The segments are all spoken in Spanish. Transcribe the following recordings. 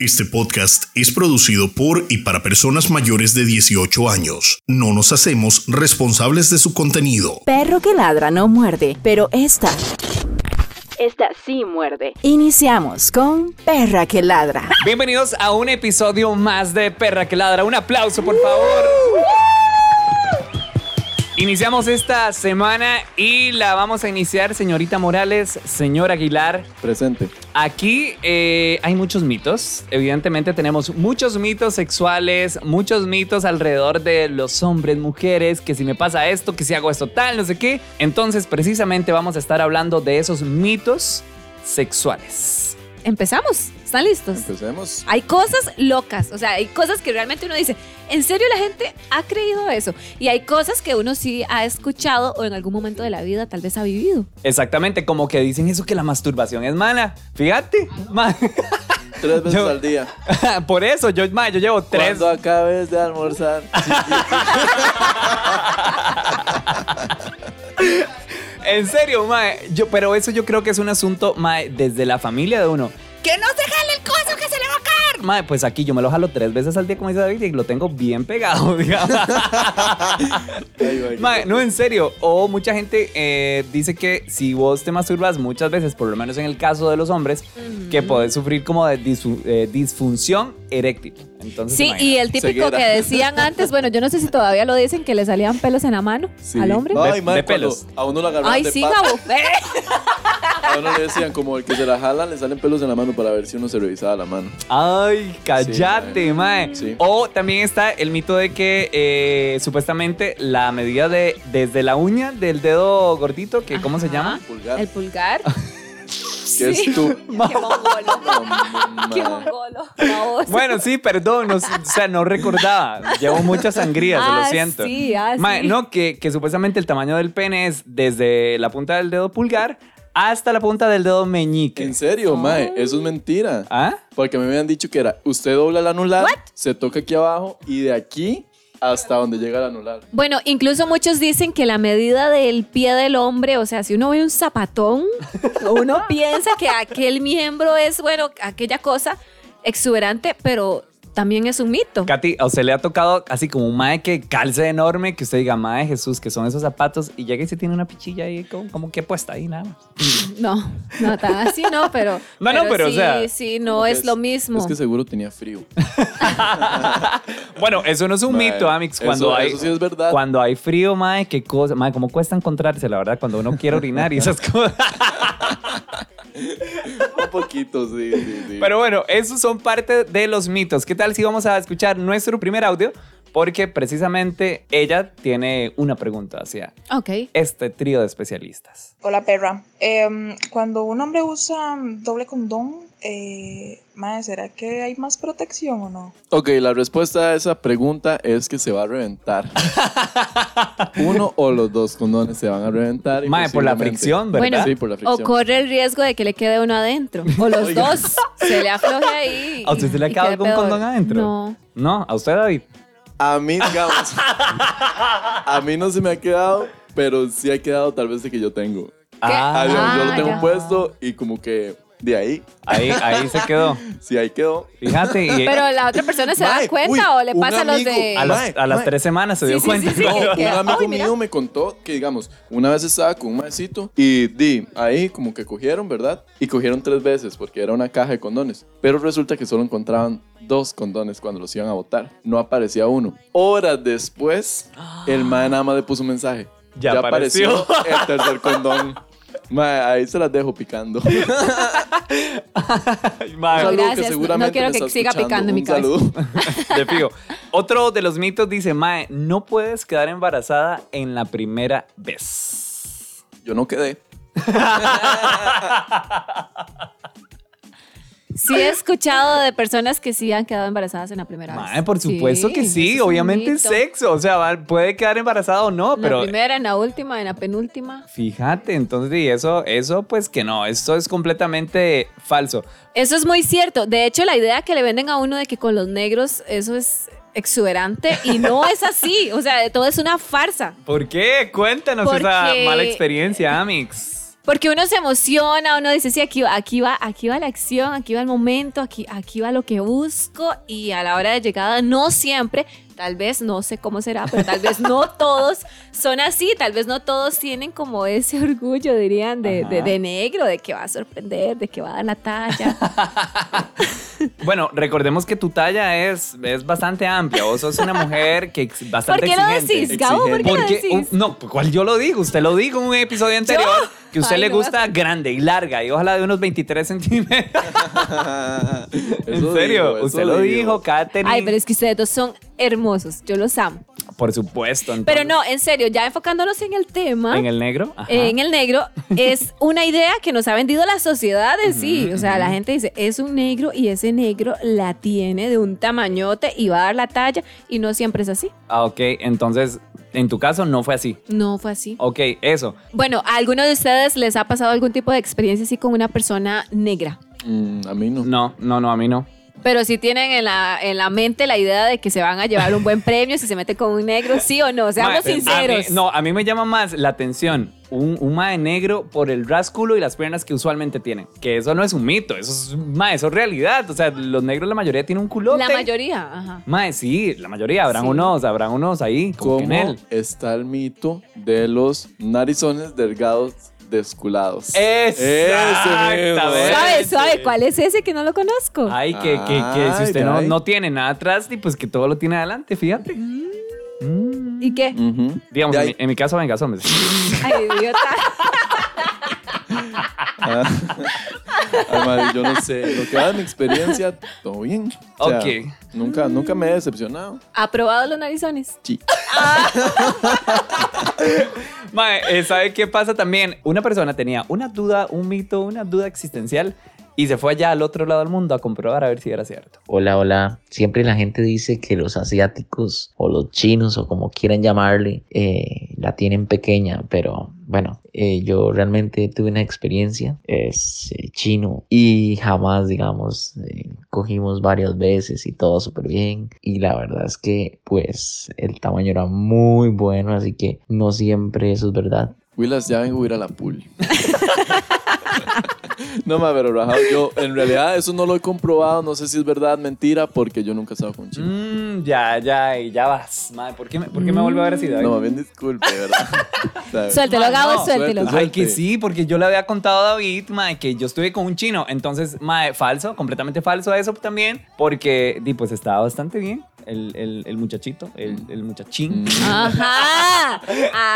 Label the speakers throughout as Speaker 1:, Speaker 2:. Speaker 1: Este podcast es producido por y para personas mayores de 18 años. No nos hacemos responsables de su contenido.
Speaker 2: Perro que ladra no muerde, pero esta, esta sí muerde. Iniciamos con Perra que ladra.
Speaker 3: Bienvenidos a un episodio más de Perra que Ladra. Un aplauso, por favor. Iniciamos esta semana y la vamos a iniciar, señorita Morales, señor Aguilar.
Speaker 4: Presente.
Speaker 3: Aquí eh, hay muchos mitos. Evidentemente tenemos muchos mitos sexuales, muchos mitos alrededor de los hombres, mujeres, que si me pasa esto, que si hago esto tal, no sé qué. Entonces, precisamente vamos a estar hablando de esos mitos sexuales.
Speaker 5: Empezamos, ¿están listos?
Speaker 4: Empecemos.
Speaker 5: Hay cosas locas, o sea, hay cosas que realmente uno dice, ¿en serio la gente ha creído eso? Y hay cosas que uno sí ha escuchado o en algún momento de la vida tal vez ha vivido.
Speaker 3: Exactamente, como que dicen eso que la masturbación es mala. Fíjate. ma-
Speaker 4: Tres veces
Speaker 3: Yo-
Speaker 4: al día.
Speaker 3: Por eso, yo, ma, yo llevo tres.
Speaker 4: Cuando acabes de almorzar.
Speaker 3: En serio, ma, yo, pero eso yo creo que es un asunto, ma, desde la familia de uno. ¡Que no se jale el coso que se le va a caer! Ma, pues aquí yo me lo jalo tres veces al día, como dice David, y lo tengo bien pegado, digamos.
Speaker 4: Ahí va, ahí
Speaker 3: Ma,
Speaker 4: va.
Speaker 3: no, en serio. O mucha gente eh, dice que si vos te masturbas muchas veces, por lo menos en el caso de los hombres, que podés sufrir como de disu- eh, disfunción eréctil. Entonces,
Speaker 5: Sí,
Speaker 3: imagínate.
Speaker 5: y el típico
Speaker 4: Ceguera.
Speaker 5: que decían antes, bueno, yo no sé si todavía lo dicen, que le salían pelos en la mano
Speaker 4: Sí.
Speaker 5: al hombre.
Speaker 4: No,
Speaker 3: De-
Speaker 4: ay, mae,
Speaker 3: de
Speaker 4: cuando
Speaker 3: pelos.
Speaker 4: A uno lo agarraban
Speaker 5: Ay,
Speaker 4: de
Speaker 5: sí,
Speaker 4: pa-
Speaker 5: Gabo. Eh,
Speaker 4: A uno le decían, como el que se la jala, le salen pelos en la mano para ver si uno se revisaba la mano.
Speaker 3: Ay, cállate,
Speaker 4: Sí,
Speaker 3: mae.
Speaker 4: sí.
Speaker 3: O también está el mito de que eh, supuestamente la medida de desde la uña del dedo gordito, que ¿cómo se
Speaker 5: Ajá.
Speaker 3: llama?
Speaker 4: Pulgar.
Speaker 5: El pulgar.
Speaker 4: Qué estúpido.
Speaker 5: Qué mongolo. Qué
Speaker 4: mae.
Speaker 5: mongolo. baboso.
Speaker 3: Bueno, sí, perdón, no, o sea, no recordaba. Llevo mucha sangría, se lo
Speaker 5: Ah,
Speaker 3: siento.
Speaker 5: sí, ah,
Speaker 3: Mae,
Speaker 5: sí.
Speaker 3: no, que, que supuestamente el tamaño del pene es desde la punta del dedo pulgar hasta la punta del dedo meñique.
Speaker 4: En serio, mae, eso es mentira.
Speaker 3: ¿Ah?
Speaker 4: Porque a mí me habían dicho que era, usted dobla el anular, se toca aquí abajo y de aquí hasta donde llega el anular.
Speaker 5: Bueno, incluso muchos dicen que la medida del pie del hombre, o sea, si uno ve un zapatón, uno piensa que aquel miembro es, bueno, aquella cosa exuberante, pero también es un mito.
Speaker 3: Katy, ¿a usted le ha tocado así como un mae que calce enorme, que usted diga, mae Jesús, que son esos zapatos, y llega y se tiene una pichilla ahí como, como que puesta ahí, nada más?
Speaker 5: No, no tan así, no, pero.
Speaker 3: No, no, pero, o
Speaker 5: sí,
Speaker 3: sea,
Speaker 5: sí,
Speaker 4: Como
Speaker 5: no
Speaker 4: que
Speaker 5: es, lo mismo.
Speaker 4: Es que seguro tenía frío.
Speaker 3: Bueno, eso no es un
Speaker 4: Mae,
Speaker 3: mito, Amix. Cuando
Speaker 4: eso-
Speaker 3: hay,
Speaker 4: eso sí es verdad.
Speaker 3: Cuando hay frío, mae, qué cosa. Mae, cómo cuesta encontrarse, la verdad, cuando uno quiere orinar y esas cosas.
Speaker 4: Un poquito, sí, sí, sí.
Speaker 3: Pero bueno, esos son parte de los mitos. ¿Qué tal si vamos a escuchar nuestro primer audio? Porque precisamente ella tiene una pregunta hacia
Speaker 5: Ok.
Speaker 3: este trío de especialistas.
Speaker 6: Hola perra. Em, cuando un hombre usa mm, doble condón, eh, madre, ¿será que hay más protección o no?
Speaker 4: Ok, la respuesta a esa pregunta es que se va a reventar. Uno o los dos condones se van a reventar. y
Speaker 3: Mae, por la
Speaker 4: posiblemente-
Speaker 3: fricción, ¿verdad?
Speaker 5: Bueno,
Speaker 4: Sí, por la
Speaker 5: o
Speaker 4: fricción.
Speaker 5: corre el riesgo de que le quede uno adentro. O los
Speaker 4: Oiga.
Speaker 5: dos. Se le afloje ahí.
Speaker 3: ¿A usted se le
Speaker 5: y
Speaker 3: acaba
Speaker 5: quede
Speaker 3: algún
Speaker 5: peor.
Speaker 3: condón adentro?
Speaker 5: No.
Speaker 3: No, a usted, David.
Speaker 4: A mí, digamos. a mí no se me ha quedado, pero sí ha quedado tal vez de que yo tengo.
Speaker 3: Ah,
Speaker 4: Ah, digamos, yo
Speaker 5: Ah,
Speaker 4: lo tengo
Speaker 5: ya.
Speaker 4: puesto y como que de ahí,
Speaker 3: ahí, ahí se quedó.
Speaker 4: sí, ahí quedó.
Speaker 3: Fíjate. Y
Speaker 5: Pero la otra persona se
Speaker 4: Mae,
Speaker 5: da cuenta
Speaker 4: uy,
Speaker 5: o le
Speaker 4: un
Speaker 5: pasa a los
Speaker 4: amigo.
Speaker 5: de.
Speaker 3: a, los-
Speaker 4: Mae,
Speaker 3: a las
Speaker 4: mae.
Speaker 3: tres semanas se
Speaker 5: Sí,
Speaker 3: dio
Speaker 5: sí,
Speaker 3: cuenta.
Speaker 5: sí, sí.
Speaker 4: No,
Speaker 5: que-
Speaker 4: un
Speaker 5: que-
Speaker 4: amigo
Speaker 5: ay, mira.
Speaker 4: mío me contó que, digamos, una vez estaba con un maecito y di, ahí como que cogieron, ¿verdad? Y cogieron tres veces porque era una caja de condones. Pero resulta que solo encontraban dos condones cuando los iban a botar. No aparecía uno. Horas después, el mae nada más le puso un mensaje.
Speaker 3: Ya
Speaker 4: el tercer condón. Mae, ahí se las dejo picando. Un
Speaker 3: Ay, mae.
Speaker 4: saludo
Speaker 5: Gracias, no- no quiero
Speaker 4: me
Speaker 5: que
Speaker 4: está
Speaker 5: siga
Speaker 4: escuchando.
Speaker 5: picando en mi
Speaker 4: Un
Speaker 5: cabeza.
Speaker 4: saludo.
Speaker 3: De fijo. Otro de los mitos dice, Mae, no puedes quedar embarazada en la primera vez.
Speaker 4: Yo no quedé.
Speaker 5: Sí he escuchado de personas que sí han quedado embarazadas en la primera vez.
Speaker 3: Mae, por supuesto que
Speaker 5: eso
Speaker 3: sí,
Speaker 5: es un
Speaker 3: obviamente es
Speaker 5: mito.
Speaker 3: sexo. O sea, va- puede quedar embarazada o no,
Speaker 5: En
Speaker 3: pero...
Speaker 5: la primera, en la última, en la penúltima.
Speaker 3: Fíjate, entonces, y eso, eso, pues que no, esto es completamente falso.
Speaker 5: Eso es muy cierto. De hecho, la idea que le venden a uno de que con los negros eso es exuberante y no es así. O sea, todo es una farsa.
Speaker 3: ¿Por qué? Cuéntanos esa
Speaker 5: Porque-
Speaker 3: mala experiencia, Amix.
Speaker 5: Porque uno se emociona, uno dice, sí, aquí, va- aquí, va, aquí va la acción, aquí va el momento, aquí, aquí va lo que busco y a la hora de llegada no siempre, tal vez, no sé cómo será, pero tal vez no todos son así, tal vez no todos tienen como ese orgullo, dirían, de, de-
Speaker 3: Ajá.
Speaker 5: de negro, de que va a sorprender, de que va a dar la talla.
Speaker 3: Bueno, recordemos que tu talla es, es bastante amplia. Vos sos una mujer que ex- bastante
Speaker 5: ¿Por qué lo
Speaker 3: exigente.
Speaker 5: decís, Gabo? ¿Por qué lo
Speaker 3: Porque,
Speaker 5: decís?
Speaker 3: uh, no, ¿cuál yo lo digo? Usted lo dijo en un episodio anterior que a usted
Speaker 5: Ay,
Speaker 3: le
Speaker 5: no me
Speaker 3: gusta grande y larga y ojalá de unos 23 centímetros. en
Speaker 4: Eso
Speaker 3: serio,
Speaker 4: digo, eso
Speaker 3: usted lo
Speaker 4: digo.
Speaker 3: dijo, Katherine.
Speaker 5: Ay, pero es que ustedes dos son hermosos, yo los amo.
Speaker 3: Por supuesto. entonces.
Speaker 5: Pero no, en serio, ya enfocándonos en el tema.
Speaker 3: ¿En el negro? Ajá.
Speaker 5: eh, en el negro es una idea que nos ha vendido la sociedad en sí. O sea, la gente dice, es un negro y ese negro la tiene de un tamañote y va a dar la talla y no siempre es así.
Speaker 3: Ah, ok. Entonces, en tu caso no fue así.
Speaker 5: No fue así.
Speaker 3: Ok, eso.
Speaker 5: Bueno, ¿a alguno de ustedes les ha pasado algún tipo de experiencia así con una persona negra?
Speaker 4: Mm, a mí no.
Speaker 3: No, no, no, a mí no.
Speaker 5: Pero si tienen en la, en la mente la idea de que se van a llevar un buen premio si se mete con un negro, sí o no, seamos
Speaker 3: Mae,
Speaker 5: sinceros.
Speaker 3: a mí- no, a mí me llama más la atención un, un mae negro por el rásculo y las piernas que usualmente tiene. Que eso no es un mito, eso es, mae, eso es realidad. O sea, los negros la mayoría tienen un culote.
Speaker 5: La mayoría, ajá.
Speaker 3: Mae, sí, la mayoría. Habrán
Speaker 5: Sí.
Speaker 3: unos, habrán unos ahí. Como que en
Speaker 4: ¿Cómo
Speaker 3: él.
Speaker 4: está el mito de los narizones delgados desculados?
Speaker 3: Exactamente.
Speaker 5: Suave, suave, ¿cuál es ese que no lo conozco?
Speaker 3: Ay, que, que, que si
Speaker 4: Ay,
Speaker 3: usted no,
Speaker 4: ay.
Speaker 3: no tiene nada atrás, y pues que todo lo tiene adelante, fíjate. Mm.
Speaker 5: ¿Y qué?
Speaker 4: Ujú.
Speaker 3: Digamos,
Speaker 4: De
Speaker 3: en
Speaker 4: ahí-
Speaker 3: mi, en mi caso, venga, hombres.
Speaker 5: Ay, idiota.
Speaker 4: Ah. Ay, madre, yo no sé. Lo que va de mi experiencia, todo bien.
Speaker 3: Ok.
Speaker 4: Nunca, nunca me he decepcionado.
Speaker 5: ¿Ha probado los narizones?
Speaker 4: Sí.
Speaker 3: Mae, eh, ¿sabe qué pasa también? Una persona tenía una duda, un mito, una duda existencial y se fue allá al otro lado del mundo a comprobar a ver si era cierto.
Speaker 7: Hola, hola. Siempre la gente dice que los asiáticos o los chinos o como quieran llamarle, eh, la tienen pequeña, pero bueno, eh, yo realmente tuve una experiencia, es eh, chino y jamás, digamos, eh, cogimos varias veces y todo súper bien. Y la verdad es que pues el tamaño era muy bueno, así que no siempre eso es verdad.
Speaker 4: Willas, ya vengo a ir a la pool. No más, pero Rajao, yo en realidad eso no lo he comprobado, no sé si es verdad, mentira, porque yo nunca he estado con chino.
Speaker 3: Mm, ya, ya, y ya vas. Mae, ¿por qué me, por qué me vuelve a ver así, David?
Speaker 4: No, más bien disculpe, ¿verdad? O sea,
Speaker 5: Suéltelo,
Speaker 3: Mae,
Speaker 5: Gabo,
Speaker 3: no,
Speaker 5: suéltelo.
Speaker 4: suéltelo.
Speaker 3: Ay, que
Speaker 4: Suerte.
Speaker 3: sí, porque yo le había contado a David, mae, que yo estuve con un chino. Entonces, mae, falso, completamente falso eso también, porque, di, pues estaba bastante bien el, el- el muchachito, el, el muchachín.
Speaker 4: Mm.
Speaker 5: Ajá,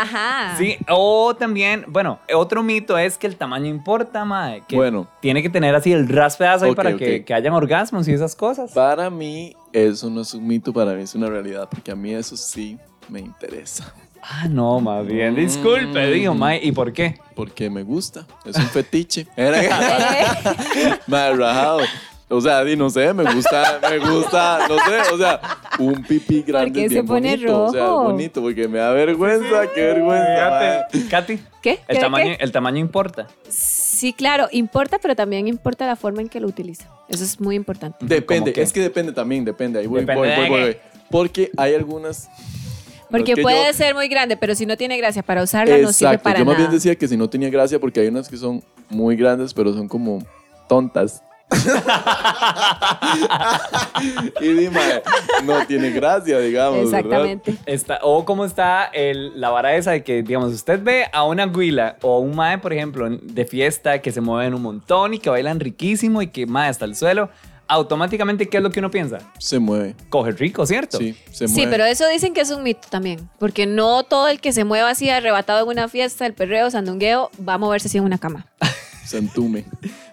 Speaker 5: ajá.
Speaker 3: Sí, o también, bueno, otro mito es que el tamaño importa, mae. Que
Speaker 4: Bueno.
Speaker 3: Tiene que tener así el raspeazo ahí
Speaker 4: Ok,
Speaker 3: para
Speaker 4: ok.
Speaker 3: Que, que hayan orgasmos y esas cosas.
Speaker 4: Para mí, eso no es un mito, para mí es una realidad, porque a mí eso sí me interesa.
Speaker 3: Ah, no, más bien, disculpe,
Speaker 4: Mm.
Speaker 3: digo, mae, ¿y por qué?
Speaker 4: Porque me gusta, es un fetiche. Era
Speaker 5: Eh,
Speaker 4: Madre, rajado. O sea, di, no sé, me gusta, me gusta, no sé, o sea, un pipí grande.
Speaker 5: Porque
Speaker 4: es
Speaker 5: se
Speaker 4: bien
Speaker 5: pone
Speaker 4: bonito, O sea, es
Speaker 5: rojo.
Speaker 4: bonito, porque me da vergüenza, qué vergüenza. madre.
Speaker 3: Fíjate, Katy,
Speaker 5: ¿Qué?
Speaker 3: el
Speaker 5: ¿Qué,
Speaker 3: tamaño,
Speaker 5: qué?
Speaker 3: el tamaño importa.
Speaker 5: Sí, claro, importa, pero también importa la forma en que lo utiliza. Eso es muy importante.
Speaker 4: Depende,
Speaker 3: ¿Cómo qué?
Speaker 4: es que depende también, depende. Ahí voy,
Speaker 3: Depende
Speaker 4: voy,
Speaker 3: de
Speaker 4: voy,
Speaker 3: qué.
Speaker 4: voy, voy. Porque hay algunas.
Speaker 5: Porque
Speaker 4: es que
Speaker 5: puede
Speaker 4: yo-
Speaker 5: ser muy grande, pero si no tiene gracia para usarla, no sirve para
Speaker 4: yo más
Speaker 5: nada.
Speaker 4: bien decía que si no tenía gracia, porque hay unas que son muy grandes, pero son como tontas. y dime, no tiene gracia, digamos. ¿verdad?
Speaker 5: Exactamente.
Speaker 3: Está, o cómo está el- la vara esa de que, digamos, usted ve a una guila o un mae, por ejemplo, en- de fiesta que se mueven un montón y que bailan riquísimo y que mae hasta el suelo, automáticamente, ¿qué es lo que uno piensa?
Speaker 4: Se mueve.
Speaker 3: Coge rico, ¿cierto?
Speaker 4: Sí, se mueve.
Speaker 5: Sí, pero eso dicen que es un mito también. Porque no todo el que se mueva así arrebatado en una fiesta, el perreo, sandungueo, va a moverse así en una cama.
Speaker 4: Se entume.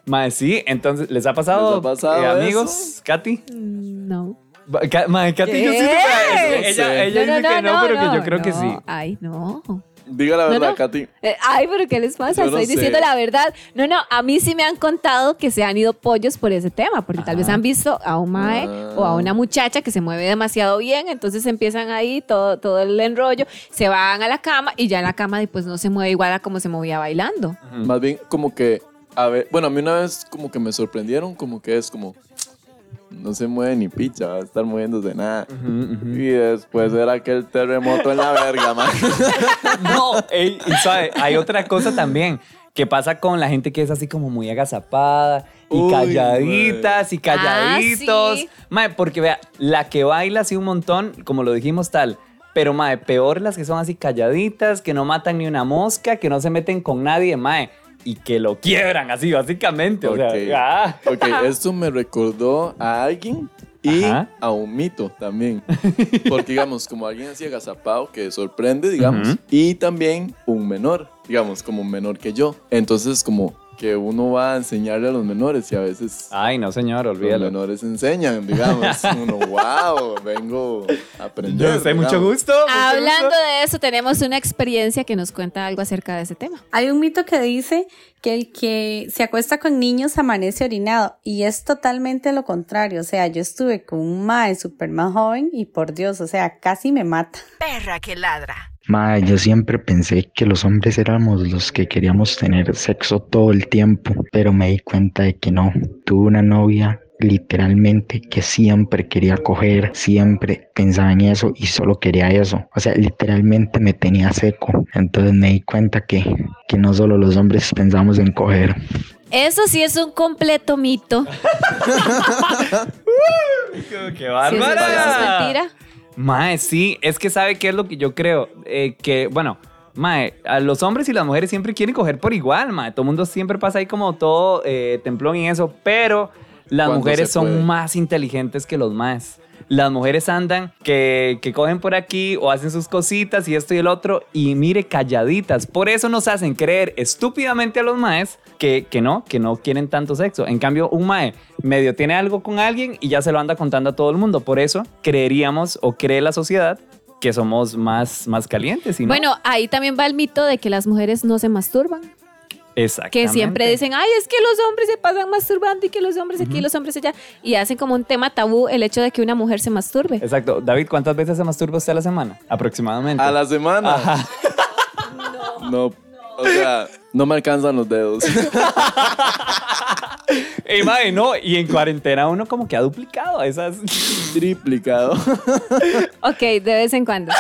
Speaker 3: Mae, sí, entonces, ¿les ha pasado, eh,
Speaker 4: ¿Les ha pasado
Speaker 3: amigos? ¿Katy?
Speaker 5: Mm, No.
Speaker 3: Ba- Ka- Mae, Katy, yo
Speaker 5: ¿Qué?
Speaker 3: siento que-
Speaker 4: No
Speaker 3: Ella,
Speaker 4: sé.
Speaker 3: ella dice que no, pero que yo creo que
Speaker 5: no.
Speaker 3: sí.
Speaker 5: Ay, no.
Speaker 4: Diga la
Speaker 5: No,
Speaker 4: verdad,
Speaker 5: no.
Speaker 4: Katy.
Speaker 5: Eh, Ay, pero ¿qué les pasa?
Speaker 4: Yo no
Speaker 5: Estoy
Speaker 4: sé.
Speaker 5: diciendo la verdad. No, no, a mí sí me han contado que se han ido pollos por ese tema, porque tal vez
Speaker 3: Ajá.
Speaker 5: han visto a un mae
Speaker 4: Ah.
Speaker 5: o a una muchacha que se mueve demasiado bien, entonces empiezan ahí todo, todo el enrollo, se van a la cama y ya en la cama después no se mueve igual a como se movía bailando.
Speaker 4: Más bien, como que. A ver, bueno, a mí una vez como que me sorprendieron, como que es como. No se mueve ni picha, va a estar moviéndose nada.
Speaker 3: Ujú, ujú.
Speaker 4: Y después era aquel terremoto en la verga, man.
Speaker 3: No, ey, y sabe, hay otra cosa también. que pasa con la gente que es así como muy agazapada y
Speaker 4: Uy,
Speaker 3: calladitas y calladitos.
Speaker 5: Ah, sí.
Speaker 3: Mae, porque vea, la que baila así un montón, como lo dijimos tal. Pero, mae, peor las que son así calladitas, que no matan ni una mosca, que no se meten con nadie, mae. Y que lo quiebran así, básicamente. O
Speaker 4: Ok.
Speaker 3: sea, ah.
Speaker 4: Ok, esto me recordó a alguien y
Speaker 3: Ajá.
Speaker 4: a un mito también. Porque, digamos, como alguien así agazapado que sorprende, digamos,
Speaker 3: Ujú.
Speaker 4: y también un menor, digamos, como un menor que yo. Entonces, como que uno va a enseñarle a los menores y a veces.
Speaker 3: Ay, no, señor,
Speaker 4: Los
Speaker 3: Ah, olvídalo.
Speaker 4: menores enseñan, digamos. Uno, wow, vengo a aprender.
Speaker 3: Yo sé, mucho
Speaker 4: digamos".
Speaker 3: gusto. mucho
Speaker 5: Hablando
Speaker 3: gusto.
Speaker 5: de eso, tenemos una experiencia que nos cuenta algo acerca de ese tema.
Speaker 8: Hay un mito que dice que el que se acuesta con niños amanece orinado y es totalmente lo contrario. O sea, yo estuve con un mae súper más joven y por Dios, o sea, casi me mata.
Speaker 2: Perra que ladra.
Speaker 9: Mae, yo siempre pensé que los hombres éramos los que queríamos tener sexo todo el tiempo, pero me di cuenta de que no. Tuve una novia literalmente que siempre quería coger, siempre pensaba en eso y solo quería eso. O sea, literalmente me tenía seco. Entonces me di cuenta que, que no solo los hombres pensamos en coger.
Speaker 5: Eso sí es un completo mito.
Speaker 3: ¡Qué
Speaker 5: Si eso,
Speaker 3: bárbara!
Speaker 5: eso es mentira.
Speaker 3: Mae, sí, es que sabe qué es lo que yo creo. Eh, que, bueno, Mae, a los hombres y las mujeres siempre quieren coger por igual, Mae. Todo el mundo siempre pasa ahí como todo eh, templón y eso, pero las
Speaker 4: Cuando
Speaker 3: mujeres
Speaker 4: se
Speaker 3: son
Speaker 4: puede.
Speaker 3: más inteligentes que los Maes. Las mujeres andan que, que cogen por aquí o hacen sus cositas y esto y el otro y mire calladitas. Por eso nos hacen creer estúpidamente a los maes que, que no, que no quieren tanto sexo. En cambio, un mae medio tiene algo con alguien y ya se lo anda contando a todo el mundo. Por eso creeríamos o cree la sociedad que somos más, más calientes. Y no.
Speaker 5: Bueno, ahí también va el mito de que las mujeres no se masturban. Que
Speaker 3: Exactamente.
Speaker 5: siempre dicen, ay, es que los hombres se pasan masturbando y que los hombres aquí, los hombres allá. Y hacen como un tema tabú el hecho de que una mujer se masturbe.
Speaker 3: Exacto. David, ¿cuántas veces se masturba usted a la semana? Aproximadamente.
Speaker 4: A la semana.
Speaker 3: Ajá.
Speaker 4: No, o sea, no me alcanzan los dedos.
Speaker 3: Ey, mae, no. Y en cuarentena uno como que ha duplicado esas...
Speaker 4: Triplicado.
Speaker 5: Ok, de vez en cuando.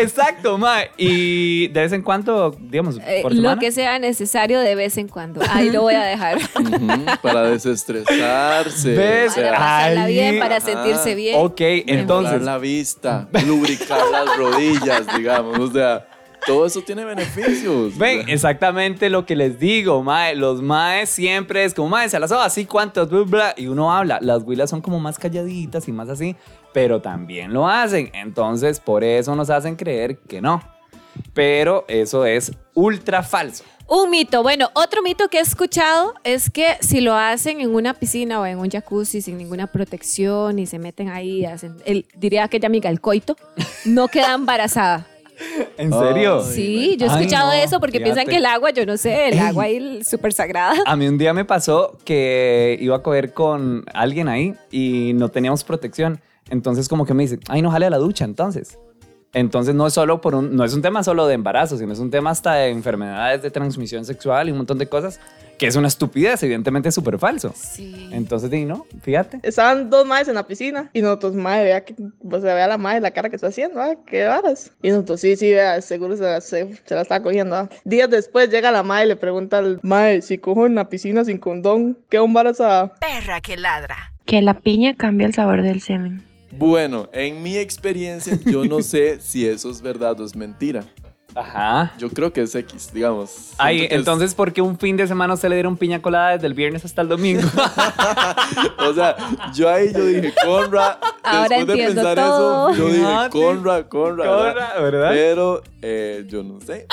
Speaker 3: Exacto, mae. Y de vez en cuando, digamos,
Speaker 5: Eh,
Speaker 3: por semana.
Speaker 5: lo que sea necesario de vez en cuando. Ahí lo voy a dejar.
Speaker 4: Ujú, para desestresarse.
Speaker 3: ¿Ves?
Speaker 4: o
Speaker 5: para
Speaker 4: sea,
Speaker 5: pasarla
Speaker 3: ahí.
Speaker 5: bien, para
Speaker 4: Ajá.
Speaker 5: sentirse bien.
Speaker 3: Ok, entonces,
Speaker 4: mejorar la vista, lubricar las rodillas, digamos. O sea, todo eso tiene beneficios.
Speaker 3: ven, exactamente lo que les digo, mae. Los maes siempre es como, maes, a las horas, así cuántos, bla, bla, y uno habla. Las huilas son como más calladitas y más así, pero también lo hacen. Entonces, por eso nos hacen creer que no. Pero eso es ultra falso.
Speaker 5: Un mito. Bueno, otro mito que he escuchado es que si lo hacen en una piscina o en un jacuzzi sin ninguna protección y se meten ahí, hacen, el, diría aquella amiga, el coito, no queda embarazada.
Speaker 3: ¿En
Speaker 4: Ay.
Speaker 3: serio?
Speaker 4: Sí.
Speaker 5: Sí, yo he
Speaker 3: Ay,
Speaker 5: escuchado
Speaker 3: no,
Speaker 5: eso porque piensan
Speaker 3: fíjate.
Speaker 5: que el agua, yo no sé, el
Speaker 3: Ey.
Speaker 5: agua ahí súper sagrada.
Speaker 3: A mí un día me pasó que iba a coger con alguien ahí y no teníamos protección. Entonces como que me dice, ay, no jale a la ducha entonces. Entonces no es solo por un, no es un tema solo de embarazo, sino es un tema hasta de enfermedades de transmisión sexual y un montón de cosas que es una estupidez, evidentemente es súper falso.
Speaker 5: Sí.
Speaker 3: Entonces di, no, fíjate.
Speaker 10: Estaban dos maes en la piscina y nosotros, mae, vea que, o sea, vea la mae, la cara que está haciendo, ah, qué varas. Y nosotros, sí, sí, vea, seguro se la, se, se la está cogiendo, ah. Días después llega la mae y le pregunta al mae, si cojo en la piscina sin condón, ¿qué embarazada?
Speaker 2: Perra que ladra.
Speaker 11: Que la piña cambia el sabor del semen.
Speaker 4: Bueno, en mi experiencia, yo no sé si eso es verdad o es mentira.
Speaker 3: Ajá.
Speaker 4: Yo creo que es X, digamos. Siento
Speaker 3: Ay,
Speaker 4: que es-
Speaker 3: entonces, ¿por qué un fin de semana se le dieron piña colada desde el viernes hasta el domingo?
Speaker 4: O sea, yo ahí yo dije, Conra.
Speaker 5: Ahora
Speaker 4: después de
Speaker 5: entiendo
Speaker 4: pensar
Speaker 5: todo.
Speaker 4: eso, yo
Speaker 3: Ah,
Speaker 4: dije,
Speaker 3: sí.
Speaker 4: Conra, Conra. ¿verdad?
Speaker 3: Cobra, ¿Verdad?
Speaker 4: Pero eh, yo no sé.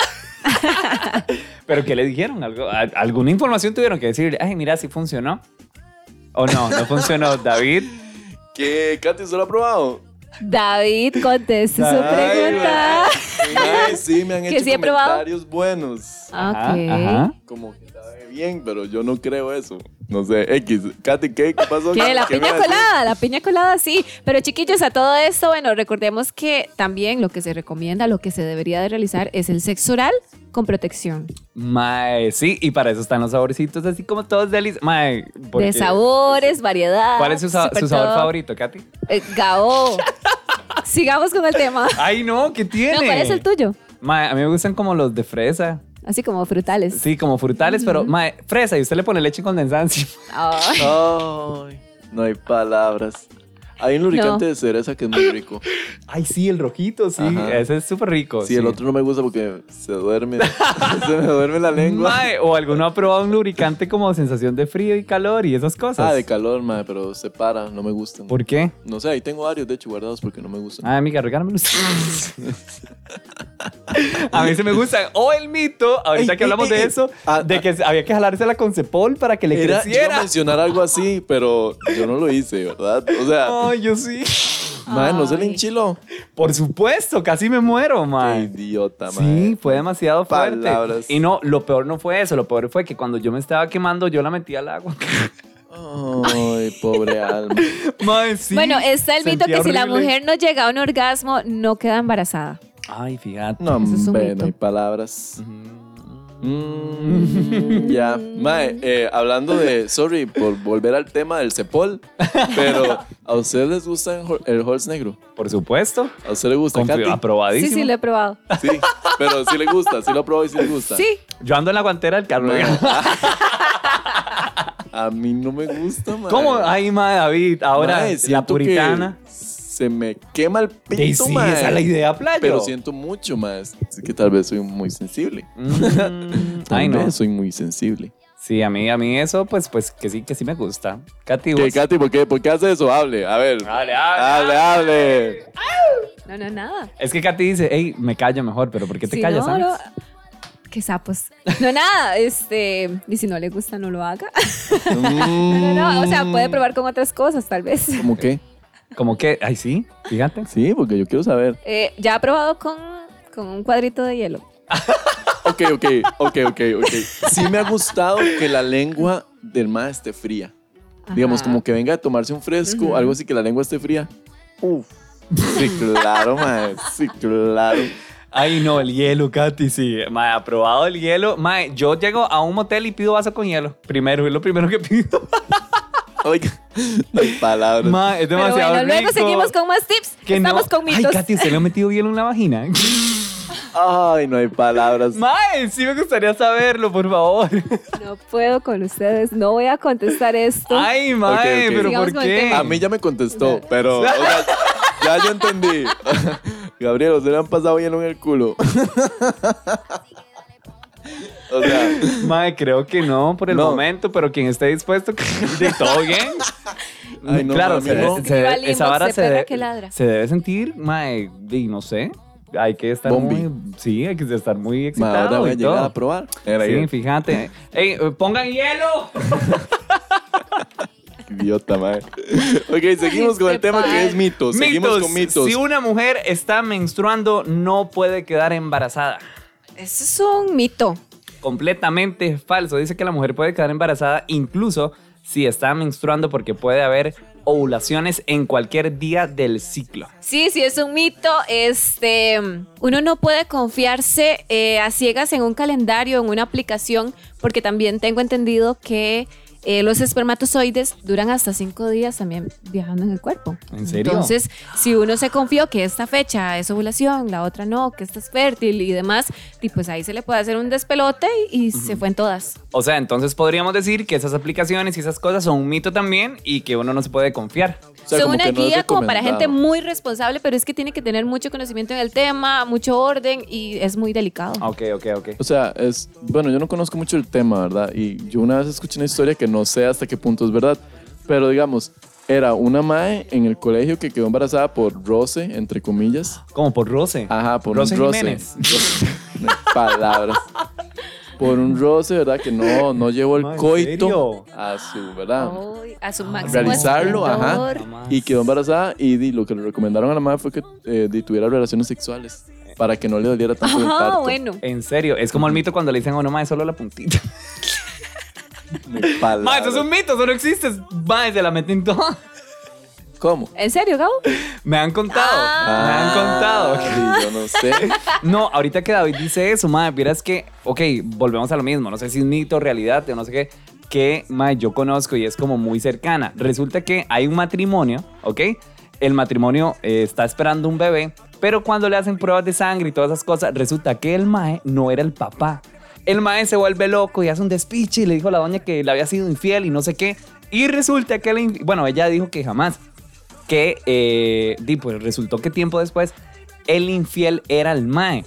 Speaker 3: ¿Pero qué le dijeron? ¿Algo, a- ¿Alguna información tuvieron que decirle? Ay, mira, si funcionó. O no, no funcionó, David.
Speaker 4: ¿Qué? ¿Katy solo ha probado?
Speaker 5: David, conteste su
Speaker 4: Ay,
Speaker 5: pregunta.
Speaker 4: Ay, sí, me han
Speaker 5: ¿Que
Speaker 4: hecho
Speaker 5: sí he probado?
Speaker 4: comentarios buenos.
Speaker 5: Ah, Ok.
Speaker 4: Como que sabe bien, pero yo no creo eso. No sé, X. Katy, ¿qué, ¿Qué pasó?
Speaker 5: Que la
Speaker 4: ¿Qué me
Speaker 5: piña
Speaker 4: haces?
Speaker 5: colada, la piña colada sí. Pero chiquillos, a todo esto, bueno, recordemos que también lo que se recomienda, lo que se debería de realizar es el sexo oral con protección.
Speaker 3: Mae, sí, y para eso están los saborcitos, así como todos deliciosos. Mae, ¿por
Speaker 5: De
Speaker 3: qué?
Speaker 5: sabores, variedad.
Speaker 3: ¿Cuál es su, sa-
Speaker 5: super
Speaker 3: su sabor
Speaker 5: top.
Speaker 3: favorito, Katy?
Speaker 5: Eh, Gao. Sigamos con el tema.
Speaker 3: Ay, no, ¿qué tiene?
Speaker 5: No, ¿cuál es el tuyo?
Speaker 3: Mae, a mí me gustan como los de fresa.
Speaker 5: Así como frutales.
Speaker 3: Sí, como frutales, pero mae, fresa y usted le pone leche condensada encima.
Speaker 5: Ay.
Speaker 4: Ay, no hay palabras. Hay un lubricante
Speaker 3: No.
Speaker 4: de cereza que es muy rico.
Speaker 3: Ay, sí, el rojito, sí.
Speaker 4: Ajá.
Speaker 3: Ese es súper rico.
Speaker 4: Sí, el otro no me gusta porque se duerme. se me duerme la lengua.
Speaker 3: Mae, o alguno ha probado un lubricante como sensación de frío y calor y esas cosas.
Speaker 4: Ah, de calor, madre, pero se para, no me gustan.
Speaker 3: ¿Por qué?
Speaker 4: No sé, ahí tengo varios, de hecho, guardados porque no me gustan.
Speaker 3: Ah, amiga, regálamelo. A mí se me gusta. O el mito, ahorita
Speaker 4: Ey,
Speaker 3: que
Speaker 4: ey,
Speaker 3: hablamos
Speaker 4: ey,
Speaker 3: de
Speaker 4: ey.
Speaker 3: eso, de que había que jalársela con cepol para que le
Speaker 4: Ah, Era, yo iba a
Speaker 3: creciera.
Speaker 4: mencionar algo así, pero yo no lo hice, ¿verdad? O sea,
Speaker 3: Ay, yo sí.
Speaker 4: madre, no se le enchiló.
Speaker 3: Por supuesto, casi me muero, man.
Speaker 4: Idiota, madre.
Speaker 3: Sí, fue demasiado fuerte.
Speaker 4: Palabras.
Speaker 3: Y no, lo peor no fue eso, lo peor fue que cuando yo me estaba quemando, yo la metía al agua.
Speaker 4: Ay, pobre alma.
Speaker 3: Mae, sí,
Speaker 5: bueno, está el mito
Speaker 3: sentía
Speaker 5: que si la
Speaker 3: horrible.
Speaker 5: mujer no llega a un orgasmo, no queda embarazada.
Speaker 3: Ay, fíjate.
Speaker 4: No,
Speaker 5: Ese es un
Speaker 4: hombre,
Speaker 5: mito.
Speaker 4: no hay palabras. Mm, ya, Mae, eh, hablando de, sorry por volver al tema del cepol, pero ¿a ustedes les gusta el hor- el horse negro?
Speaker 3: Por supuesto.
Speaker 4: ¿A ustedes les gusta,
Speaker 3: Confío,
Speaker 4: Katy?
Speaker 3: aprobadísimo.
Speaker 5: Sí, sí, lo he probado.
Speaker 4: Sí, pero sí le gusta, sí lo probó y sí le gusta.
Speaker 5: Sí.
Speaker 3: Yo ando en la guantera del carro.
Speaker 4: Mae, A mí no me gusta, mae.
Speaker 3: ¿Cómo? Ay, ma, David, ahora
Speaker 4: Mae,
Speaker 3: la
Speaker 4: siento que
Speaker 3: puritana.
Speaker 4: Se me quema el pito,
Speaker 3: Ey, sí,
Speaker 4: mae.
Speaker 3: esa es la idea, playo.
Speaker 4: Pero siento mucho, más. Es que tal vez soy muy sensible.
Speaker 3: Mm,
Speaker 4: Tal
Speaker 3: ay, no.
Speaker 4: vez soy muy sensible.
Speaker 3: Sí, a mí, a mí eso, pues, pues que sí, que sí me gusta. Katy,
Speaker 4: ¿Qué,
Speaker 3: vos- Ah,
Speaker 4: Katy, ¿por qué, por qué hace eso? Hable, a ver.
Speaker 3: Hable, hable,
Speaker 4: Hable, hable.
Speaker 5: No, no, nada.
Speaker 3: ah. Es que Katy dice, hey, me callo mejor, pero ¿por qué te
Speaker 5: Si
Speaker 3: callas,
Speaker 5: no,
Speaker 3: Alex?
Speaker 5: no- Qué sapos. No, nada. Este, y si no le gusta, no lo haga. No, no, no. O sea,
Speaker 3: Mm.
Speaker 5: puede probar con otras cosas, tal vez.
Speaker 4: ¿Cómo qué?
Speaker 3: Como que, ay, sí, fíjate.
Speaker 4: Sí, porque yo quiero saber.
Speaker 5: Eh, ya ha probado con, con un cuadrito de hielo.
Speaker 4: Ok, ok, ok, ok, ok. Sí me ha gustado que la lengua del mar esté fría. Digamos,
Speaker 5: Ajá.
Speaker 4: como que venga a tomarse un fresco,
Speaker 5: Ujú.
Speaker 4: algo así que la lengua esté fría. Uf. Sí, claro, mae. Sí, claro.
Speaker 3: Ay, no, el hielo, Katy, sí. Ma, aprobado el hielo. Ma, yo llego a un motel y pido vaso con hielo. Primero, es lo primero que pido.
Speaker 4: Oiga, no hay palabras.
Speaker 3: Ma, es
Speaker 5: Pero
Speaker 3: demasiado
Speaker 5: bueno, luego
Speaker 3: rico.
Speaker 5: seguimos con más tips.
Speaker 3: Que no-
Speaker 5: Estamos con mitos.
Speaker 3: Ay, Katy, ¿usted le ha metido hielo en la vagina?
Speaker 4: Ay, no hay palabras.
Speaker 3: Mae, sí me gustaría saberlo, por favor.
Speaker 5: No puedo con ustedes. No voy a contestar esto.
Speaker 3: Ay, mae,
Speaker 4: ok.
Speaker 3: pero
Speaker 5: Sigamos
Speaker 3: ¿por
Speaker 5: con el
Speaker 3: qué?
Speaker 5: tema.
Speaker 4: A mí ya me contestó, pero o sea, ya yo entendí. Gabriel, ustedes le han pasado bien en el culo. o sea,
Speaker 3: Mae, creo que no por el
Speaker 4: No.
Speaker 3: momento, pero quien esté dispuesto, que de todo bien.
Speaker 4: Ay, no,
Speaker 3: claro,
Speaker 4: mami,
Speaker 3: se-
Speaker 4: no.
Speaker 3: se-
Speaker 5: Escriba al
Speaker 3: esa
Speaker 5: inbox
Speaker 3: vara
Speaker 5: de
Speaker 3: se,
Speaker 5: perra
Speaker 3: de-
Speaker 5: que ladra.
Speaker 3: se debe sentir, mae, y no sé. Hay que estar
Speaker 4: Bombi.
Speaker 3: muy. Sí, hay que estar muy
Speaker 4: ma,
Speaker 3: excitado.
Speaker 4: ahora voy a
Speaker 3: y
Speaker 4: llegar
Speaker 3: todo.
Speaker 4: a probar.
Speaker 3: Sí, fíjate. ¡Ey, eh, pongan hielo!
Speaker 4: Idiota, madre. Ok, seguimos con el tema que es mitos. Seguimos con mitos.
Speaker 3: Si una mujer está menstruando, no puede quedar embarazada.
Speaker 5: Eso es un mito.
Speaker 3: Completamente falso. Dice que la mujer puede quedar embarazada incluso si está menstruando porque puede haber ovulaciones en cualquier día del ciclo.
Speaker 5: Sí, sí, es un mito. Este, uno no puede confiarse eh, a ciegas en un calendario, en una aplicación, porque también tengo entendido que eh, los espermatozoides duran hasta cinco días también viajando en el cuerpo.
Speaker 3: ¿En serio?
Speaker 5: Entonces, si uno se confió que esta fecha es ovulación, la otra no, que esta es fértil y demás, y pues ahí se le puede hacer un despelote y, y se fue en todas.
Speaker 3: O sea, entonces podríamos decir que esas aplicaciones y esas cosas son un mito también y que uno no se puede confiar.
Speaker 4: O sea,
Speaker 5: Son
Speaker 4: como
Speaker 5: una
Speaker 4: que no es
Speaker 5: guía como para gente
Speaker 4: recomendado.
Speaker 5: muy responsable, pero es que tiene que tener mucho conocimiento en el tema, mucho orden y es muy delicado.
Speaker 3: Ok, ok, ok.
Speaker 4: O sea, es. Bueno, yo no conozco mucho el tema, ¿verdad? Y yo una vez escuché una historia que no sé hasta qué punto es verdad. Pero digamos, era una mae en el colegio que quedó embarazada por roce, entre comillas.
Speaker 3: Como Ah, por roce.
Speaker 4: Ajá, por
Speaker 3: Roce
Speaker 4: un roce.
Speaker 3: Jiménez.
Speaker 4: Roce. No hay palabras. Por un roce, ¿verdad? Que no, no llevó el
Speaker 3: Ma, ¿en
Speaker 4: coito
Speaker 3: serio?
Speaker 4: a su, ¿verdad?
Speaker 5: Ay, a su máximo
Speaker 4: realizarlo,
Speaker 5: esplendor.
Speaker 4: ajá. Y quedó embarazada y di, lo que le recomendaron a la madre fue que eh, di, tuviera relaciones sexuales para que no le doliera tanto el
Speaker 5: Ah,
Speaker 4: parto.
Speaker 5: bueno.
Speaker 3: En serio, es como el mito cuando le dicen a uno, mae, solo la puntita.
Speaker 4: No hay palabras.
Speaker 3: Mae, eso es un mito, eso no existe. Mae, se la meten todo.
Speaker 4: ¿Cómo?
Speaker 5: ¿En serio, Gabo?
Speaker 3: Me han contado,
Speaker 5: Ah.
Speaker 3: me han contado.
Speaker 4: Ah, sí, yo no sé.
Speaker 3: No, ahorita que David dice eso, madre, vieras que, ok, volvemos a lo mismo, no sé si es mito, realidad, o no sé qué, que, madre, yo conozco y es como muy cercana. Resulta que hay un matrimonio, ok, el matrimonio eh, está esperando un bebé, pero cuando le hacen pruebas de sangre y todas esas cosas, resulta que el mae no era el papá. El mae se vuelve loco y hace un despiche y le dijo a la doña que le había sido infiel y no sé qué. Y resulta que, la inf- bueno, ella dijo que jamás. Que, eh, di, pues resultó que tiempo después el infiel era el mae.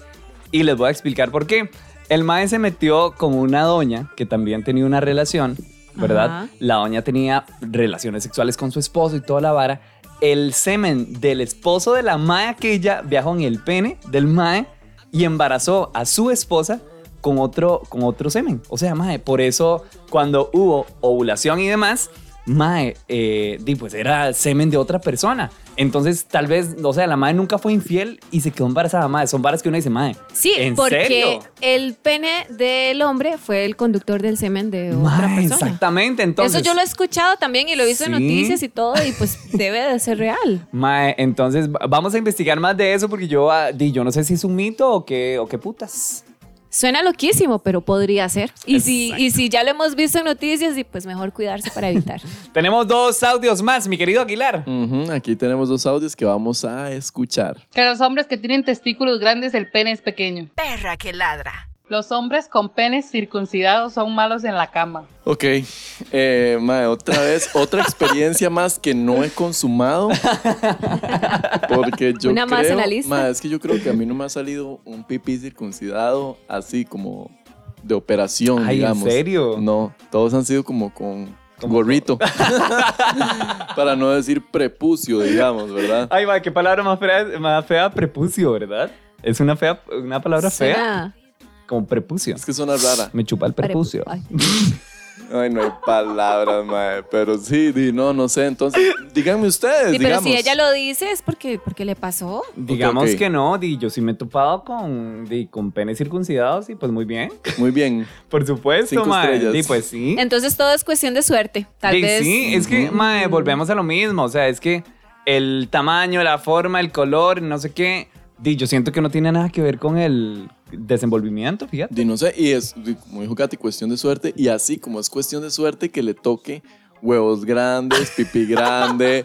Speaker 3: Y les voy a explicar por qué. El mae se metió con una doña que también tenía una relación, ¿verdad?
Speaker 5: Ajá.
Speaker 3: La doña tenía relaciones sexuales con su esposo y toda la vara. El semen del esposo de la mae aquella viajó en el pene del mae y embarazó a su esposa con otro, con otro semen. O sea, mae, por eso cuando hubo ovulación y demás, mae, eh, di, pues era semen de otra persona. Entonces, tal vez, o sea, la mae nunca fue infiel y se quedó embarazada, mae. Son varas que uno dice, mae.
Speaker 5: Sí,
Speaker 3: ¿en
Speaker 5: porque
Speaker 3: serio?
Speaker 5: el pene del hombre fue el conductor del semen de otra
Speaker 3: Mae,
Speaker 5: persona.
Speaker 3: Exactamente, entonces.
Speaker 5: Eso yo lo he escuchado también y lo he visto en
Speaker 3: Sí.
Speaker 5: noticias y todo, y pues debe de ser real.
Speaker 3: Mae, entonces va- vamos a investigar más de eso porque yo, ah, di, yo no sé si es un mito o qué, o qué putas.
Speaker 5: Suena loquísimo, pero podría ser. Y si, y si ya lo hemos visto en noticias, y pues mejor cuidarse para evitar.
Speaker 3: Tenemos dos audios más, mi querido Aguilar.
Speaker 4: Ujú, aquí tenemos dos audios que vamos a escuchar.
Speaker 12: Que los hombres que tienen testículos grandes, el pene es pequeño.
Speaker 2: Perra que ladra.
Speaker 12: Los hombres con penes circuncidados son malos en la cama.
Speaker 4: Ok, eh, mae, otra vez, otra experiencia más que no he consumado. Porque yo
Speaker 5: Una más en
Speaker 4: creo-
Speaker 5: la lista.
Speaker 4: mae, es que yo creo que a mí no me ha salido un pipí circuncidado así como de operación,
Speaker 3: Ay, ¿en
Speaker 4: digamos.
Speaker 3: serio?
Speaker 4: No, todos han sido como con gorrito. Para no decir prepucio, digamos, ¿verdad?
Speaker 3: Ay, mae, qué palabra más fea, más fea prepucio, ¿verdad? Es una, fea, una palabra fea,
Speaker 5: Suena-
Speaker 3: como prepucio. Es
Speaker 4: que suena rara.
Speaker 3: Me chupa el prepucio. Pues,
Speaker 5: Ay.
Speaker 4: Ay, no hay palabras, mae. Pero sí, di, no, no sé. Entonces, díganme ustedes,
Speaker 5: Sí, pero
Speaker 4: digamos.
Speaker 5: si ella lo dice es porque, porque le pasó.
Speaker 3: Digamos
Speaker 4: Ok, ok.
Speaker 3: que no, di, yo sí me he topado con, di, con penes circuncidados y pues muy bien.
Speaker 4: Muy bien.
Speaker 3: Por supuesto,
Speaker 4: Cinco
Speaker 3: mae.
Speaker 4: estrellas.
Speaker 3: Di, pues sí.
Speaker 5: Entonces todo es cuestión de suerte. Tal
Speaker 3: Di,
Speaker 5: vez.
Speaker 3: Sí, es que, mae, volvemos a lo mismo. O sea, es que el tamaño, la forma, el color, no sé qué. Di, yo siento que no tiene nada que ver con el desenvolvimiento, fíjate.
Speaker 4: Di, no sé, y es, di, como dijo Katy, cuestión de suerte. Y así como es cuestión de suerte que le toque huevos grandes, pipí grande,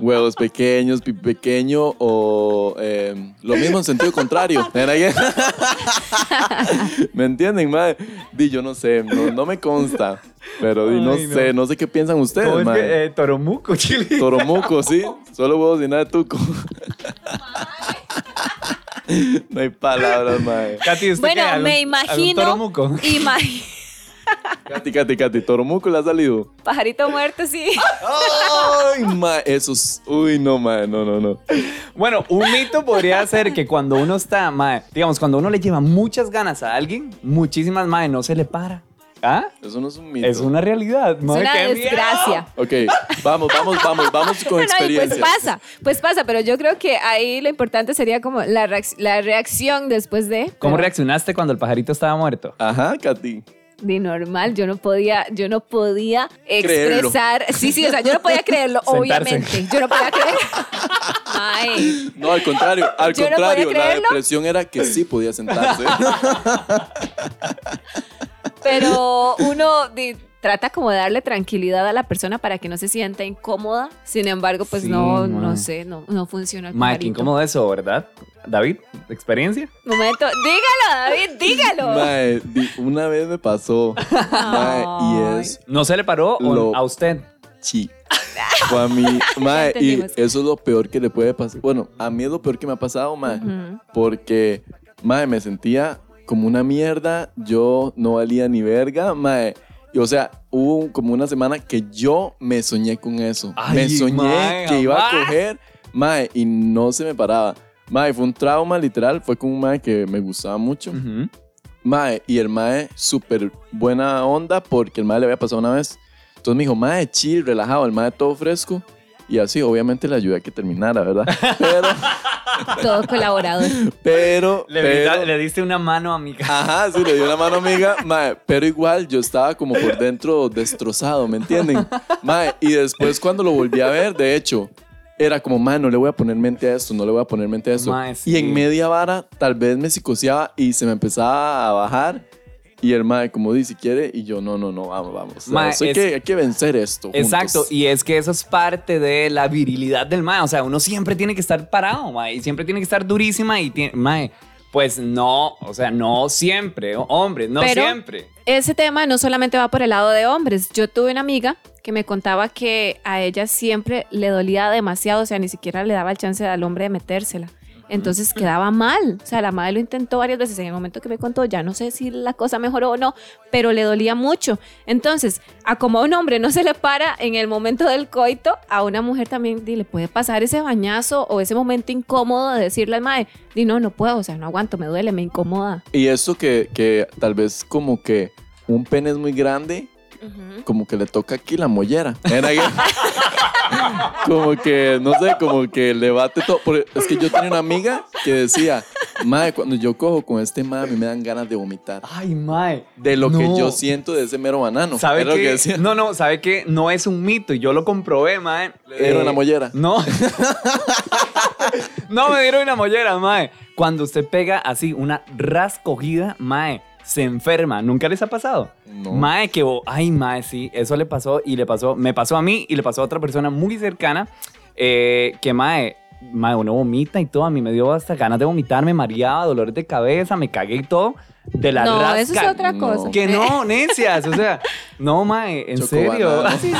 Speaker 4: huevos pequeños, pipí pequeño o eh, lo mismo en sentido contrario. Era que- ¿Me entienden, madre? Di, yo no sé, no, no me consta. Pero di, no,
Speaker 3: Ay, no.
Speaker 4: sé, no sé qué piensan
Speaker 3: ¿Cómo
Speaker 4: ustedes,
Speaker 3: es
Speaker 4: madre.
Speaker 3: que, eh, Toromuco, chile.
Speaker 4: Toromuco, sí. Solo huevos y nada de tuco. no hay palabras, madre.
Speaker 3: Katy, ¿usted
Speaker 5: Bueno,
Speaker 3: qué? ¿Algún-
Speaker 5: me
Speaker 3: algún
Speaker 5: imagino.
Speaker 3: Toromuco?
Speaker 5: imagi-
Speaker 4: Katy, Katy, Katy, Toromuco le ha salido.
Speaker 5: pajarito muerto, sí.
Speaker 4: Ay, ma, esos. Uy, no, ma, no, no, no.
Speaker 3: Bueno, un mito podría ser que cuando uno está, mae, digamos, cuando uno le lleva muchas ganas a alguien, muchísimas, mae, no se le para. ¿Ah?
Speaker 4: Eso no es un mito.
Speaker 3: Es una realidad,
Speaker 5: Es
Speaker 3: mae.
Speaker 5: una
Speaker 3: qué miedo.
Speaker 5: desgracia.
Speaker 4: Ok, vamos, vamos, vamos, vamos con
Speaker 5: No, no, y pues
Speaker 4: experiencia.
Speaker 5: pasa, pues pasa, pero yo creo que ahí lo importante sería como la, reac- la reacción después de.
Speaker 3: ¿Cómo
Speaker 5: pero
Speaker 3: reaccionaste cuando el pajarito estaba muerto?
Speaker 4: Ajá, Katy.
Speaker 5: De normal, yo no podía, yo no podía
Speaker 4: Creerlo.
Speaker 5: expresar. Sí, sí, o sea, yo no podía creerlo,
Speaker 3: Sentarse.
Speaker 5: obviamente. Yo no podía creer. Ay,
Speaker 4: No, al contrario, al
Speaker 5: Yo no
Speaker 4: contrario,
Speaker 5: podía
Speaker 4: la
Speaker 5: creerlo.
Speaker 4: depresión era que sí podía sentarse.
Speaker 5: pero uno di- trata como de darle tranquilidad a la persona para que no se sienta incómoda. Sin embargo, pues
Speaker 3: Sí,
Speaker 5: no,
Speaker 3: mae.
Speaker 5: no sé, no, no funciona el
Speaker 3: Mae, qué
Speaker 5: pajarito.
Speaker 3: incómodo eso, ¿verdad? David, ¿experiencia?
Speaker 5: Momento, dígalo, David, dígalo.
Speaker 4: Mae, di- una vez me pasó. Mae, y es
Speaker 3: ¿No se le paró o
Speaker 4: Lo-
Speaker 3: a usted?
Speaker 4: chi. Fue a mí, mae, y
Speaker 5: entendimos.
Speaker 4: eso es lo peor que le puede pasar. Bueno, a mí es lo peor que me ha pasado, mae.
Speaker 5: Ujú.
Speaker 4: porque, mae, me sentía como una mierda, yo no valía ni verga, mae. Y, o sea, hubo un- como una semana que yo me soñé con eso.
Speaker 3: Ay,
Speaker 4: me soñé
Speaker 3: mae,
Speaker 4: que iba a
Speaker 3: jamás.
Speaker 4: coger, mae, y no se me paraba. Mae, fue un trauma literal, fue con un mae que me gustaba mucho.
Speaker 3: Ujú.
Speaker 4: Mae, y el mae, súper buena onda, porque el mae le había pasado una vez. Entonces me dijo, mae, chill, relajado, el mae todo fresco. Y así, obviamente, le ayudé a que terminara, ¿verdad? Pero,
Speaker 5: Todo colaborador.
Speaker 4: pero,
Speaker 3: Le,
Speaker 4: pero-
Speaker 3: brinda- le diste una mano, amiga.
Speaker 4: Ajá, sí, le dio la mano amiga, mae, pero igual yo estaba como por dentro destrozado, ¿me entienden? Mae, y después cuando lo volví a ver, de hecho, era como, mae, no le voy a poner mente a esto, no le voy a poner mente a esto.
Speaker 3: Mae, sí.
Speaker 4: Y en media vara, tal vez me psicoseaba y se me empezaba a bajar. Y el mae, como dice, si quiere, y yo, no, no, no, vamos, vamos. O sea,
Speaker 3: Mae,
Speaker 4: eso hay,
Speaker 3: es-
Speaker 4: que, hay que vencer esto. juntos".
Speaker 3: Exacto, y es que eso es parte de la virilidad del mae. O sea, uno siempre tiene que estar parado, mae, y siempre tiene que estar durísima y tiene, mae. Pues no, o sea, no siempre, hombres, no
Speaker 5: Pero-
Speaker 3: siempre.
Speaker 5: Ese tema no solamente va por el lado de hombres. Yo tuve una amiga que me contaba que a ella siempre le dolía demasiado, o sea, ni siquiera le daba el chance al hombre de metérsela. Entonces quedaba mal. O sea, la madre lo intentó varias veces. En el momento que me contó, ya no sé si la cosa mejoró o no, pero le dolía mucho. Entonces, a como a un hombre no se le para en el momento del coito, a una mujer también di, le puede pasar ese bañazo o ese momento incómodo de decirle al madre, di, no, no puedo, o sea, no aguanto, me duele, me incomoda.
Speaker 4: Y eso que, que tal vez como que un pene es muy grande, como que le toca aquí la mollera. Era que- como que, no sé, como que le bate todo. Porque es que yo tenía una amiga que decía, madre, cuando yo cojo con este madre, a mí me dan ganas de vomitar.
Speaker 3: Ay, mae.
Speaker 4: De lo que
Speaker 3: No.
Speaker 4: yo siento de ese mero banano.
Speaker 3: ¿Sabe
Speaker 4: Era lo que
Speaker 3: que,
Speaker 4: decía.
Speaker 3: no, no, sabe que no es un mito y yo lo comprobé, mae.
Speaker 4: Le dieron
Speaker 3: Eh,
Speaker 4: la mollera.
Speaker 3: No. no me dieron una mollera, mae. Cuando usted pega así una rascogida, mae, se enferma. ¿Nunca les ha pasado?
Speaker 4: No.
Speaker 3: Mae, que bo- ay, mae, sí, eso le pasó y le pasó, me pasó a mí y le pasó a otra persona muy cercana eh, que mae, mae, uno vomita y todo. A mí me dio hasta ganas de vomitar, me mareaba, dolores de cabeza, me cagué y todo. De la
Speaker 5: No,
Speaker 3: rasca.
Speaker 5: eso es otra No. cosa.
Speaker 3: Que no, necias, o sea, no, mae, en serio.
Speaker 4: Chocobanano. Sí,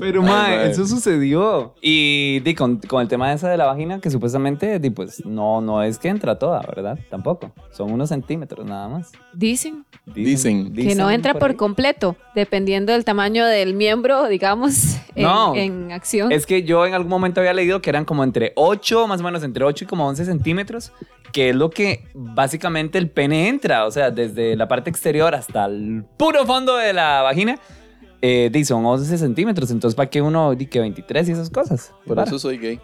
Speaker 3: Pero,
Speaker 4: Ay,
Speaker 3: mae,
Speaker 4: mae.
Speaker 3: eso sucedió. Y di, con, con el tema esa de la vagina, que supuestamente, di, pues, no, no es que entra toda, ¿verdad? Tampoco. Son unos centímetros nada más.
Speaker 5: Dicen.
Speaker 4: Dicen.
Speaker 5: que no entra por
Speaker 3: ahí.
Speaker 5: completo, dependiendo del tamaño del miembro, digamos, en,
Speaker 3: No.
Speaker 5: en acción.
Speaker 3: Es que yo en algún momento había leído que eran como entre 8, más o menos entre 8 y como 11 centímetros, que es lo que básicamente el pene entra, o sea, desde la parte exterior hasta el puro fondo de la vagina. Eh, di, son 11 centímetros, entonces ¿para qué uno di que 23 y esas cosas?
Speaker 4: Por
Speaker 3: Para.
Speaker 4: eso soy gay.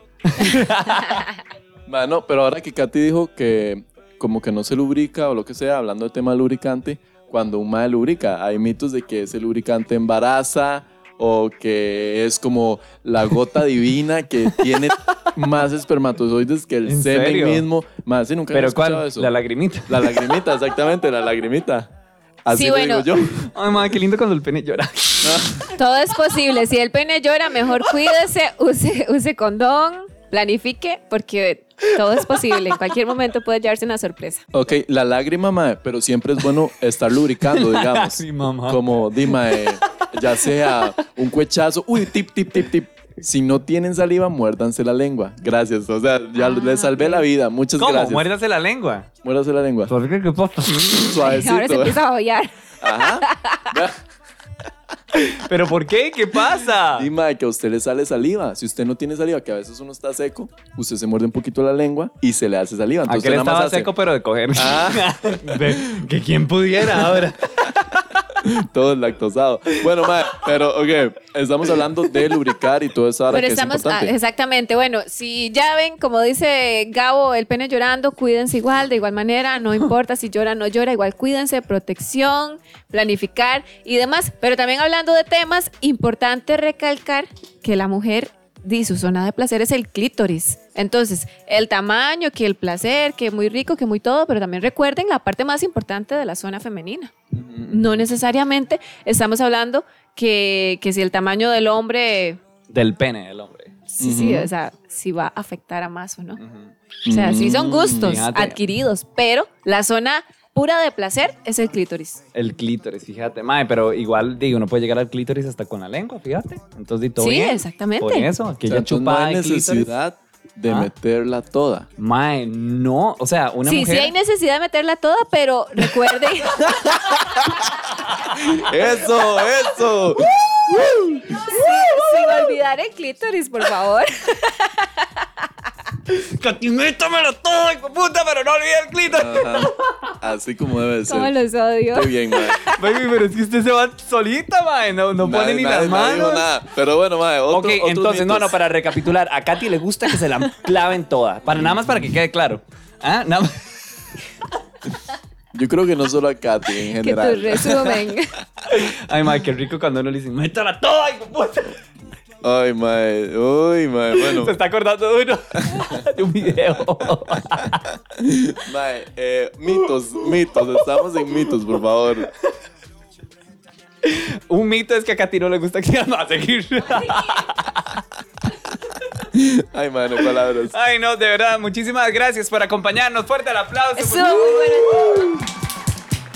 Speaker 4: Bueno, pero ahora que Katy dijo que como que no se lubrica o lo que sea, hablando del tema lubricante, cuando un mae lubrica, hay mitos de que ese lubricante embaraza o que es como la gota divina que tiene más espermatozoides que el
Speaker 3: ¿En
Speaker 4: semen
Speaker 3: serio?
Speaker 4: mismo. Más, sí, nunca había
Speaker 3: ¿Pero cuál?
Speaker 4: escuchado eso.
Speaker 3: La lagrimita.
Speaker 4: La lagrimita, exactamente, la lagrimita. Así
Speaker 5: Sí,
Speaker 4: lo
Speaker 5: bueno.
Speaker 4: digo yo.
Speaker 3: Ay, madre, qué lindo cuando el pene llora.
Speaker 5: Todo es posible. Si el pene llora, mejor cuídese, use, use condón, planifique, porque todo es posible. En cualquier momento puede llevarse una sorpresa.
Speaker 4: Ok, la lágrima, mae, pero siempre es bueno estar lubricando,
Speaker 3: La
Speaker 4: Pues, digamos.
Speaker 3: lágrima, mae.
Speaker 4: Como, dime, ya sea un cuechazo, uy, tip, tip, tip, tip. Si no tienen saliva, muérdanse la lengua. Gracias, o sea, ya
Speaker 5: Ah,
Speaker 4: les salvé la vida. Muchas
Speaker 3: ¿Cómo?
Speaker 4: gracias.
Speaker 3: Muérdase la lengua.
Speaker 4: Muérdase la lengua.
Speaker 5: Ahora se
Speaker 4: Suavecito.
Speaker 5: empieza a aullar.
Speaker 3: ¿Pero por qué? ¿Qué pasa?
Speaker 4: Dime que a usted le sale saliva. Si usted no tiene saliva, que a veces uno está seco, usted se muerde un poquito la lengua y se le hace saliva. Entonces
Speaker 3: Aquel
Speaker 4: nada más
Speaker 3: estaba
Speaker 4: hace-
Speaker 3: seco, pero de coger.
Speaker 4: Ah.
Speaker 3: De- que quien pudiera ahora.
Speaker 4: Todo es lactosado. Bueno, mae, pero, ok, estamos hablando de lubricar y todo eso ahora
Speaker 5: Pero
Speaker 4: que
Speaker 5: estamos,
Speaker 4: es importante.
Speaker 5: ah, exactamente, bueno, si ya ven, como dice Gabo, el pene llorando, cuídense igual, de igual manera, no importa si llora o no llora, igual cuídense, protección, planificar y demás. Pero también hablando de temas, importante recalcar que la mujer di su zona de placer es el clítoris. Entonces, el tamaño, que el placer, que muy rico, que muy todo, pero también recuerden la parte más importante de la zona femenina. No necesariamente estamos hablando que, que si el tamaño del hombre
Speaker 3: Del pene del hombre.
Speaker 5: sí, sí,
Speaker 3: Ujú.
Speaker 5: o sea, si va a afectar a más o no. O sea, sí son
Speaker 3: Mm,
Speaker 5: gustos
Speaker 3: fíjate.
Speaker 5: adquiridos, pero la zona pura de placer es el clítoris.
Speaker 3: El clítoris, fíjate. Mae, pero igual, digo, uno puede llegar al clítoris hasta con la lengua, fíjate. Entonces, di todo
Speaker 5: sí,
Speaker 3: bien.
Speaker 5: exactamente.
Speaker 3: Por eso, que
Speaker 4: O
Speaker 3: ya
Speaker 4: sea, entonces
Speaker 3: chupada
Speaker 4: no hay
Speaker 3: de clítoris.
Speaker 4: necesidad de
Speaker 3: Ah.
Speaker 4: meterla toda.
Speaker 3: Mae, no. O sea, una
Speaker 5: sí,
Speaker 3: mujer...
Speaker 5: sí hay necesidad de meterla toda, pero recuerde,
Speaker 4: Eso, eso.
Speaker 5: sin olvidar el clítoris, por favor.
Speaker 3: Catimétamelo todo, hijo de puta, pero no olvide el clítoris.
Speaker 4: Así como debe de ser.
Speaker 5: Como los odio.
Speaker 4: Qué bien, mae.
Speaker 3: Baby, pero es que usted se va solita, mae. No, no
Speaker 4: Nadie-
Speaker 3: pone ni
Speaker 4: nadie-
Speaker 3: las
Speaker 4: nadie dijo
Speaker 3: manos.
Speaker 4: nada. Pero bueno, mae, otro,
Speaker 3: ok,
Speaker 4: otros
Speaker 3: entonces, no,
Speaker 4: mitos.
Speaker 3: no, para recapitular. A Katy le gusta que se la claven toda. Para, nada más para que quede claro. Ah, nada más.
Speaker 4: Yo creo que no solo a Katy en
Speaker 5: que
Speaker 4: general.
Speaker 5: tu resumen.
Speaker 3: Ay, mae, qué rico cuando uno le dice, métala toda, hijo de puta.
Speaker 4: Ay, mae. Uy, mae. Bueno,
Speaker 3: Se está acordando de uno de un video.
Speaker 4: mae, eh, mitos, mitos. Estamos en mitos, por favor.
Speaker 3: Un mito es que a Katy no le gusta que no, a seguir.
Speaker 4: Ay, mano, palabras.
Speaker 3: Ay, no, de verdad, muchísimas gracias por acompañarnos. Fuerte el aplauso. por
Speaker 5: Estuvo muy bueno.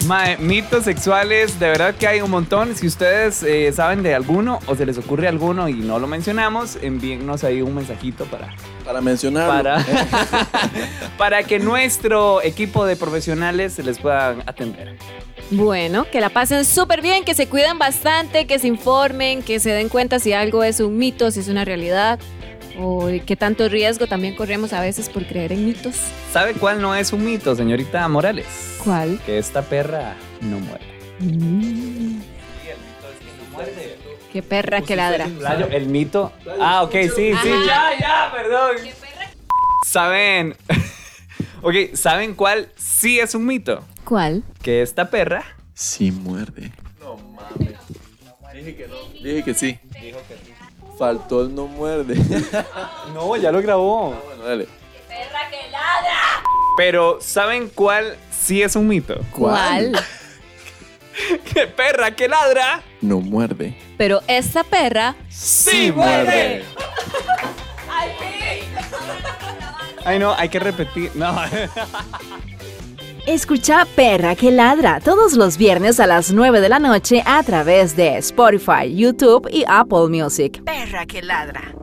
Speaker 3: Mae, mitos sexuales, de verdad que hay un montón. Si ustedes eh, saben de alguno o se les ocurre alguno y no lo mencionamos, envíennos ahí un mensajito para,
Speaker 4: Para mencionar.
Speaker 3: para, para que nuestro equipo de profesionales se les puedan atender.
Speaker 5: Bueno, que la pasen súper bien, que se cuiden bastante, que se informen, que se den cuenta si algo es un mito, si es una realidad, o de qué tanto riesgo también corremos a veces por creer en mitos.
Speaker 3: ¿Sabe cuál no es un mito, señorita Morales?
Speaker 5: ¿Cuál?
Speaker 3: Que esta perra no muere.
Speaker 5: Qué perra que ladra.
Speaker 3: Playo, el mito. Ah, ok, sí, sí, ya, ya, perdón. ¿Saben? ok, ¿saben cuál sí es un mito?
Speaker 5: ¿Cuál?
Speaker 3: Que esta perra
Speaker 4: sí muerde. Dije que no. Dije que sí. Dijo que sí. Faltó el no muerde.
Speaker 3: no, ya lo grabó.
Speaker 4: bueno, dale.
Speaker 3: Pero ¿saben cuál sí es un mito?
Speaker 5: ¿Cuál?
Speaker 3: ¡Qué perra que ladra!
Speaker 4: No muerde.
Speaker 5: Pero esta perra
Speaker 3: ¡Sí muerde! Ay, no, hay que repetir. No.
Speaker 2: Escucha Perra que ladra todos los viernes a las 9 de la noche a través de Spotify, YouTube y Apple Music. Perra que ladra.